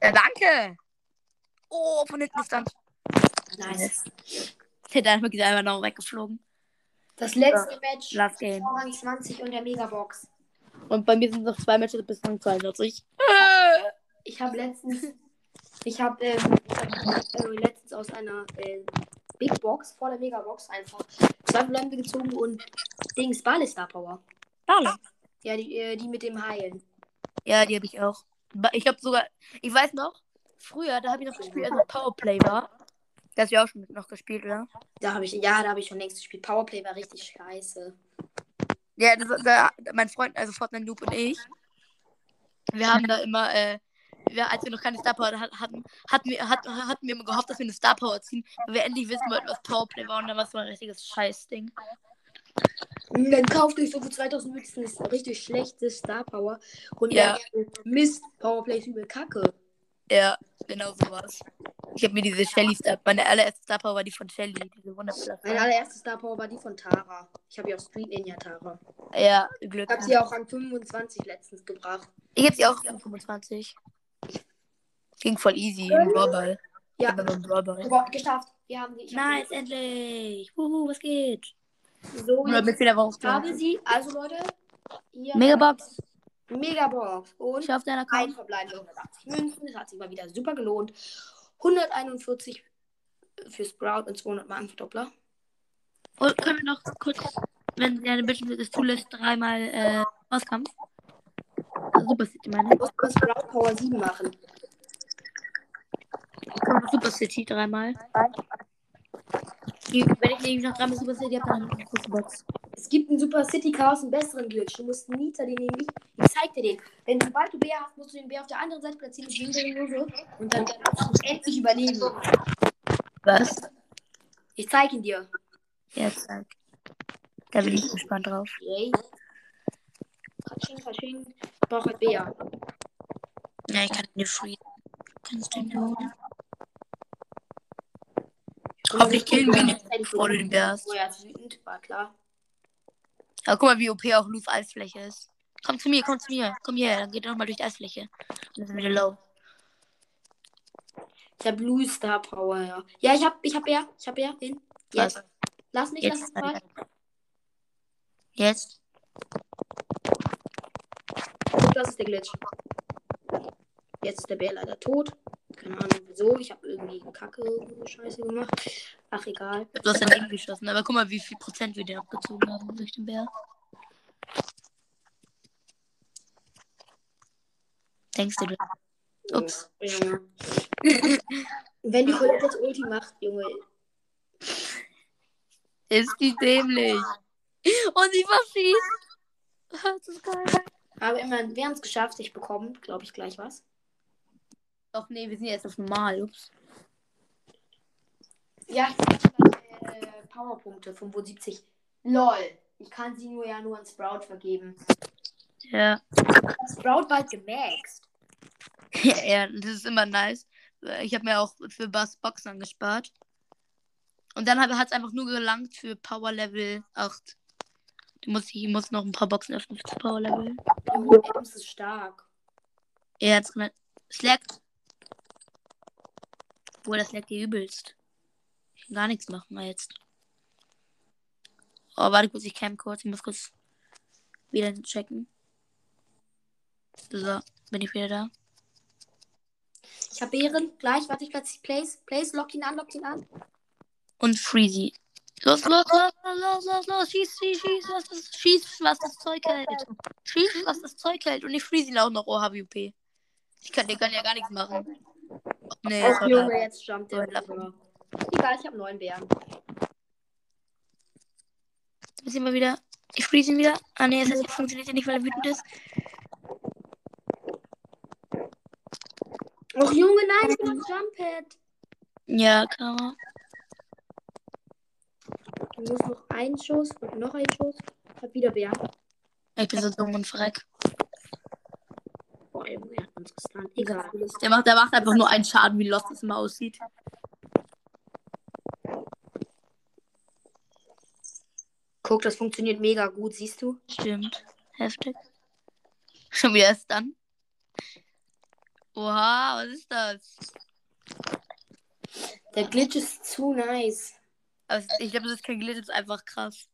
Ja, danke. Oh, von hinten ist dann.
Nice.
Der Dynamik ist einmal noch weggeflogen.
Das letzte Match.
Last Game.
Vorrang 20 und der Megabox.
Und bei mir sind noch zwei also Matches bis zum 42.
Ich habe letztens. Ich habe ähm, ich hab äh, letztens aus einer äh, Big Box, vor der Mega Box einfach zwei Blende gezogen und Dings Ballista Power.
Schade.
Ja, die, äh, die mit dem Heilen.
Ja, die habe ich auch. Ba- Ich habe sogar, ich weiß noch, früher, da habe ich noch gespielt, als Powerplay war. Das hast du ja auch schon noch gespielt, oder?
Da habe ich, ja, da habe ich schon längst gespielt. Powerplay war richtig scheiße.
Ja, das, da, mein Freund, also Fortnite Noob und ich, wir haben da immer, äh, wir, als wir noch keine Star Power hat- hatten, hatten wir, hat, hatten wir immer gehofft, dass wir eine Star Power ziehen, weil wir endlich wissen wollten, was Powerplay war und dann war es so ein richtiges Scheißding.
Dann kauft euch so für 2000 Münzen ist richtig schlechtes Star Power. Und
Ja.
dann Mist, Powerplay ist übel Kacke.
Ja, genau so war es. Ich habe mir diese Shelly Star, meine allererste Star Power war die von Shelly, diese
Meine
wundervolle.
allererste Star Power war die von Tara. Ich habe ja auch Street Ninja Tara.
Ja,
Ich
Glück.
habe sie auch an 25 letztens gebracht.
Ich hab sie auch auf 25. Ging voll easy im Brawl.
Ja,
Brawl.
aber geschafft. Wir haben die. ich hab die-
Nice, endlich. Wuhu, was geht?
So,
Oder
jetzt
mit wieder Woche.
habe sie. Also Leute, hier
Megabox,
Megabox. Und
ich auf deiner
ein
Account.
Verbleib 180 Münzen. Das hat sich mal wieder super gelohnt. 141 für Sprout und 200 Marken für Doppler.
Und können wir noch kurz, wenn deine Bitch das zulässt, dreimal äh, Auskampf? Super City, meine ich.
Muss man Sprout Power 7 machen.
Können wir Super City dreimal. Die- Wenn ich nämlich noch dreimal Super City habe, dann eine große Box.
Es gibt in Super City Chaos einen besseren Glitch. Du musst Nita den nehmen. Ich zeig dir den. Denn sobald du Bär hast, musst du den Bär auf der anderen Seite platzieren. Ich nehme den Lose. Und dann kannst du endlich überleben.
Was?
Ich zeig ihn dir.
Jetzt sag. Da bin ich gespannt drauf.
Yay. Katsching, katsching. Ich brauche halt Bär.
Ja, ich kann den free. Kannst du den holen? Hoffentlich killen wir nicht, bevor du den Bärst.
halt Oh ja, ist wütend. War klar.
Ja, guck mal, wie OP auch Luf Eisfläche ist. Komm zu mir, komm zu mir. Komm hier, dann geht er nochmal durch die Eisfläche. Dann sind wir wieder low.
Ich hab Blue Star Power, ja. Ja, ich hab, ich hab Bär. Ich hab Bär. Hin. Jetzt.
Was?
Lass mich, lass
Jetzt.
mich mal.
Jetzt.
Das ist der Glitch. Jetzt ist der Bär leider tot. Keine Ahnung wieso. Ich habe irgendwie Kacke Scheiße gemacht. Ach egal.
Du hast dann geschossen, aber guck mal, wie viel Prozent wir dir abgezogen haben durch den Bär. Denkst du, du
<laughs>
Ups.
Junge. Wenn die Colette jetzt Ulti macht, Junge.
ist die dämlich? Und sie verschießt. Das ist geil.
Aber immerhin, wir haben es geschafft. Ich bekomme, glaube ich, gleich was.
Doch, nee, wir sind jetzt auf Mal. Ups.
Ja, ich habe äh, Powerpunkte, 75. Lol. Ich kann sie nur ja nur an Sprout vergeben.
Ja.
Sprout bald gemaxt.
<laughs> Ja, ja, das ist immer nice. Äh, Ich habe mir auch für Bass Box angespart. Und dann hat es einfach nur gelangt für Power Level 8. Du musst, ich muss noch ein paar Boxen öffnen für Power Level.
Junge, Ems ist stark.
Er hat's genannt. Slack. Obwohl, das leckt dir übelst. Ich kann gar nichts machen jetzt. Oh, warte kurz, ich cam kurz. Ich muss kurz wieder checken. So, bin ich wieder da.
Ich habe Bären. Gleich, warte, ich platziere Place. Place, lock ihn an, lock ihn an.
und Freezy. Los, los, los, los, los, los, schieß, schieß, schieß, was das, schieß, was das Zeug hält. Schieß, was das Zeug hält. Und ich Freezy auch noch OHWP. Ich kann, der kann ja gar nichts machen. Nee,
Oh,
ist
Junge, jetzt jumpt der.
So, lass mal.
Egal, ich habe neun Bären.
Jetzt sind wir wieder. Ich freeze ihn wieder. Ah nee, es hat- funktioniert ja nicht, weil er wütend ist.
Och Junge, nein, ich bin auf Jumphead.
Ja, kann man.
Du musst noch einen Schuss und noch einen Schuss. Ich hab wieder Bären.
Ich bin so dumm und freck.
Boah, Junge, er hat uns gestunt. Egal.
Der macht, der macht einfach nur einen Schaden, wie lost es immer aussieht.
Guck, das funktioniert mega gut, siehst du?
Stimmt. Heftig. Schon wieder ist dann. Oha, was ist das?
Der Glitch ist zu nice.
Aber es- ich glaube, das ist kein Glitch, das ist einfach krass.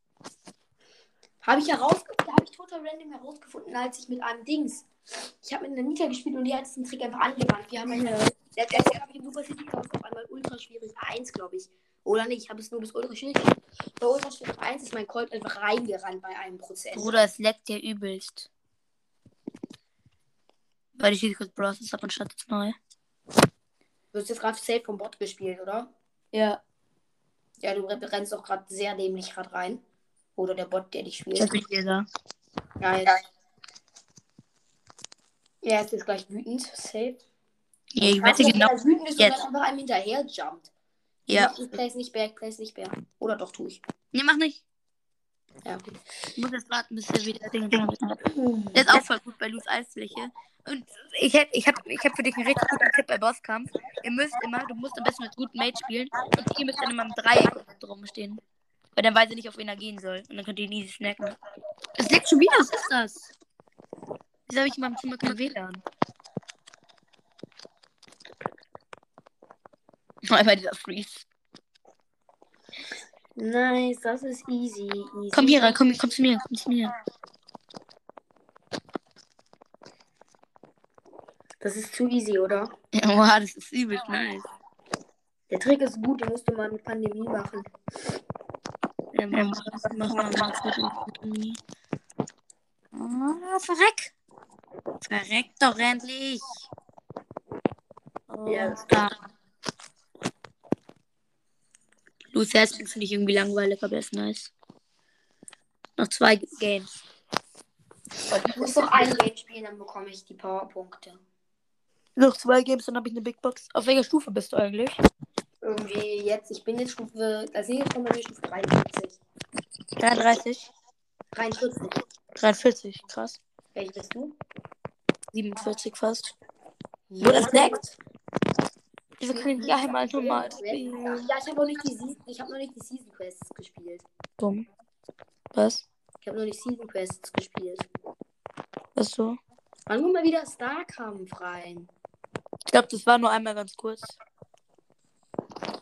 Habe ich herausgefunden, habe ich total random herausgefunden, als ich mit einem Dings, Ich habe mit einer Nita gespielt und die hat diesen Trick einfach angewandt. Wir haben eine. Der hat gestern habe ich super City gekauft, auf einmal ultra schwierig 1, glaube ich. Oder nicht, ich habe es nur bis ultra schwierig. gemacht. Bei ultra schwierig 1 ist mein Colt einfach reingerannt bei einem Prozent.
Bruder, es leckt dir übelst. Weil ich hier kurz Browsers ab und statt jetzt neu.
Du wirst jetzt gerade safe vom Bot gespielt, oder?
Ja.
Ja, du re- rennst auch gerade sehr dämlich gerade rein. Oder der Bot, der dich spielt.
Das bin ich da.
Ja, jetzt. Er ist jetzt gleich wütend, safe.
Ja, ich wette genau.
Wenn er wütend ist
jetzt.
und dann einfach einem hinterher jumpt.
Ja.
Ich place nicht back, place nicht back. Oder doch tue ich.
Nee, mach nicht.
Ja, gut.
Ich muss jetzt warten, bis er wieder Ding Der ist auch voll gut bei Luz Eisfläche. Und ich hätte, ich hab, ich hab für dich einen richtig guten Tipp bei Bosskampf. Ihr müsst immer, du musst am besten mit guten Mate spielen und ihr müsst dann immer im Dreieck unten drum stehen. Weil dann weiß er nicht, auf wen er gehen soll. Und dann könnt ihr ihn easy snacken. Es leckt schon wieder, was ist das? Wieso habe ich in meinem Zimmer kein WLAN? Einmal dieser Freeze.
Nice, das ist easy. easy.
Komm hier, rein, komm, komm zu mir, komm zu mir. <laughs>
Das ist zu easy, oder?
Ja, Oha, das ist übel nice.
Der Trick ist gut, den musst du mal mit Pandemie machen.
Ja, mach, mach, mach, mach, mach, mach. Oh, verreck! Verreck doch endlich! Oh,
Ja,
ja,
das
da. Los, jetzt finde ich irgendwie langweilig, aber ist nice. Noch zwei Games.
Du musst doch ein Game spielen, dann bekomme ich die Powerpunkte.
Noch zwei Games, dann habe ich eine Big Box. Auf welcher Stufe bist du eigentlich?
Irgendwie jetzt, ich bin jetzt Stufe, also jetzt kommen wir Stufe 43.
33.
43.
43, krass.
Welch bist du?
47 fast. Nur das Next. Wieso kann ich ja einmal normal
Ja,
spielen?
ich habe noch nicht die Season, ich habe noch nicht die Season Quests gespielt.
Dumm. Was?
Ich habe noch nicht Season Quests gespielt.
Was so?
Wann kommt mal wieder Starkampf rein?
Ich glaube, das war nur einmal ganz kurz.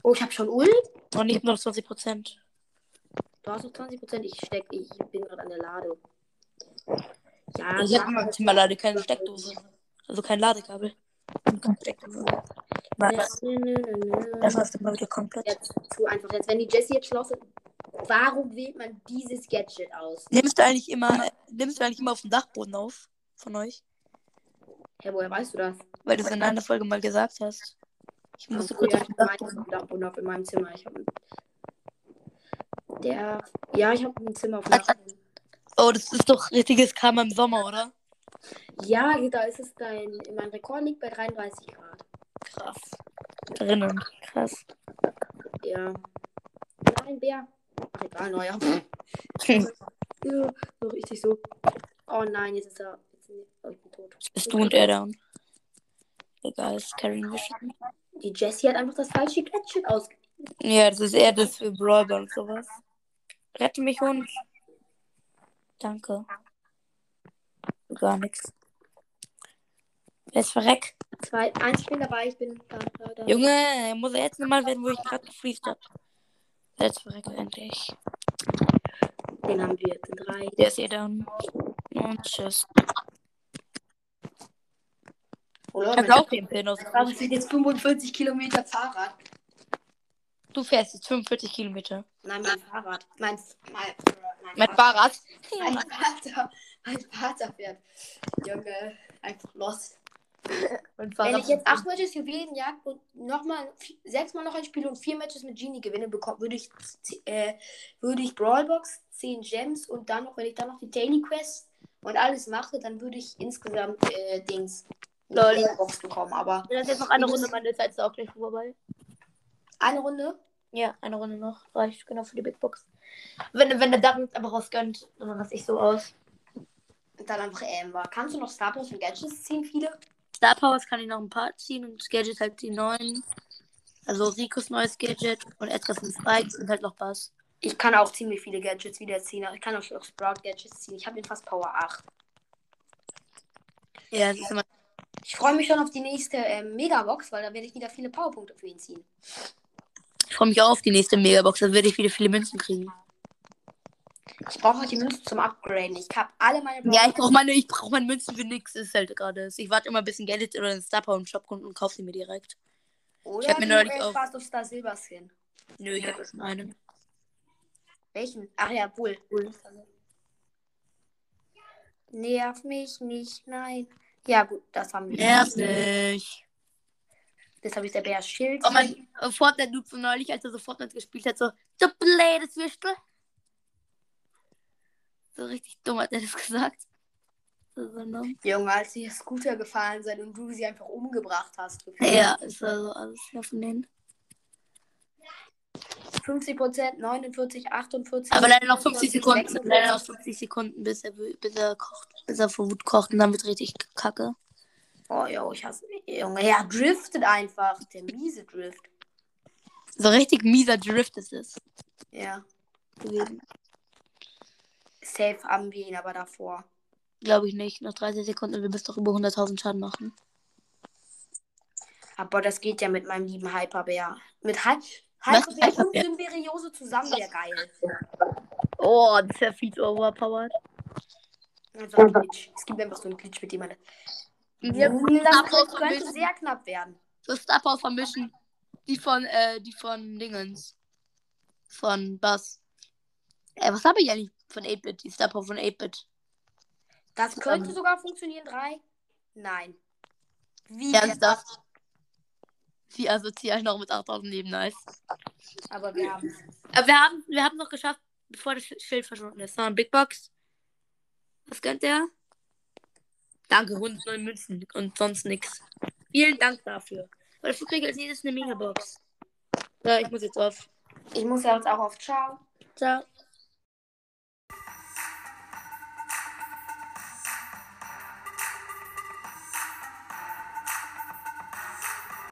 Oh, ich habe schon Ult.
Und nicht noch 20 Prozent.
Du hast noch 20%. Ich steck, ich bin gerade an der Lade. Ja,
Also Ich habe in meinem Zimmer leider keine Steckdose. Also kein Ladekabel. Und keine Steckdose. Was? Das
Jetzt
war's dann mal wieder komplett.
zu einfach. Jetzt, wenn die Jessie jetzt schlau sind, warum wählt man dieses Gadget aus?
Nimmst du eigentlich immer, äh, nimmst du eigentlich immer auf dem Dachboden auf? Von euch?
Hä, woher weißt du das?
Weil du es in einer Folge mal gesagt hast. Ich musste
Obwohl,
kurz
ja,
auf
ich
den
bin
Dachboden.
meistens auf dem Dach- in meinem Zimmer. Ich hab ein... Der. Ja, ich habe ein Zimmer auf dem
Hat-
Dach.
Oh, das ist doch richtiges Karma im Sommer, oder?
Ja, da ist es dein. Mein Rekord liegt bei 33 Grad.
Krass. Drinnen.
<laughs>
Krass.
Ja. Nein, Bär. Ach, egal, neuer. Ja, so richtig so. Oh nein, jetzt ist er. Jetzt ist er oh, tot.
Bist du und er down? Egal, ist carrying bestimmt.
Die Jessie hat einfach das falsche Gadget aus.
Ja, das ist eher das für Brawler und sowas. Rette mich, Hund. Danke. Gar nichts. Wer ist verreck?
Zwei, eins, ich bin dabei, ich bin da, da, da.
Junge, muss er jetzt nochmal werden, wo ich gerade gefriest hab. Wer ist verreck endlich?
Den haben wir jetzt in drei.
Der ist eh down. Und tschüss.
Oh, Leute,
Kannst auch den Pin aus.
Warum sind jetzt 45 Kilometer Fahrrad?
Du fährst jetzt 45 Kilometer.
Nein, mein Fahrrad. Mein, mein,
Mein Fahrrad.
Mein Vater. Mein Vater fährt. Junge, einfach los.
Mein
Wenn ich jetzt acht Matches Juwelenjagd und nochmal sechsmal noch ein Spiel und vier Matches mit Genie gewinne, bekomme, würde ich, z- äh, würde ich Brawlbox, 10 Gems und dann noch, wenn ich dann noch die Daily Quest und alles mache, dann würde ich insgesamt äh, Dings
Lol.
eine Brawlbox bekommen. Aber
Wenn das jetzt noch eine Runde, meine Zeit ist auch gleich vorbei.
eine Runde?
Ja, eine Runde noch. Reicht genau für die Big Box. Wenn, wenn der Dach jetzt einfach rausgönnt, dann raste ich so aus.
Und dann einfach Amber. Kannst du noch Star Plus und Gadgets ziehen, viele?
Star Powers kann ich noch ein paar ziehen und Gadget halt die neuen. Also Rikos neues Gadget und Edgar's und Spikes und halt noch was.
Ich kann auch ziemlich viele Gadgets wieder ziehen, aber ich kann auch schon Sprout Gadgets ziehen. Ich habe jetzt fast Power 8.
Ja, das ist immer.
Ich freue mich schon auf die nächste ähm, Megabox, weil da werde ich wieder viele Powerpunkte für ihn ziehen.
Ich freue mich auch auf die nächste Megabox, da werde ich wieder viele Münzen kriegen.
Ich brauche noch die Münzen zum Upgraden. Ich habe alle meine Brawler.
Ja, ich brauche meine, ich brauch meine Münzen für nix, ist halt gerade. Ich warte immer, bis ein Geld oder ein Star Power im Shop kommt und kaufe sie mir direkt.
Oder
ich hab mir
du
neulich
willst
auch-
Fast auf Star Silber Skin.
Nö, ich habe schon einen.
Welchen? Ach ja, Bull. Bull. Nerv mich nicht, nein. Ja, gut, das haben wir.
Nerv nicht.
Das habe ich der Bär Schild.
Oh mein äh, Fortnite-Noob von neulich, als er so Fortnite gespielt hat, so, du blödes Würstel. So richtig dumm hat er das <laughs> gesagt. So, so dumm.
Junge, als die Scooter gefahren sind und du sie einfach umgebracht hast. gefühlt.
Ja, ist also alles hier von denen.
50 Prozent, 49, 48.
Aber leider noch 50 Sekunden.
56.
Leider noch 50 Sekunden, bis er, bis er kocht, bis er vor Wut kocht und dann wird richtig kacke.
Oh, yo, ich hasse. Junge, er driftet einfach. Der miese Drift.
So richtig mieser Drift ist es
Ja.
gewesen.
Safe haben wir ihn aber davor.
Glaube ich nicht. Noch 30 Sekunden und wir müssen doch über 100.000 Schaden machen.
Aber das geht ja mit meinem lieben Hyperbär. Mit Hy
Was?
Hyperbär und
Hyperbär?
Symberiose zusammen wäre geil.
Oh, das ist ja viel zu overpowered.
Also ein Glitch. Es gibt einfach so einen Glitch, mit dem man.
Ja,
das könnte sehr knapp werden.
Das Star Power vermischen. Die von, äh, die von Dingens. Von Bass. Äh, was habe ich eigentlich von 8-Bit? Die Star Power von 8-Bit.
Das könnte
Ähm.
sogar funktionieren. Drei? Nein. Wie?
Ernsthaft. Wie asozial noch mit 8000 Leben, nice.
Aber wir haben es.
Aber wir haben, wir haben noch geschafft, bevor das Schild verschwunden ist. Noch ein Big Box. Was gönnt der? Danke, 109 Münzen und sonst nix. Vielen Dank dafür. Weil dafür kriege ich als nächstes eine Mega-Box. Ja, ich muss jetzt auf.
Ich muss ja jetzt auch auf Ciao.
Ciao.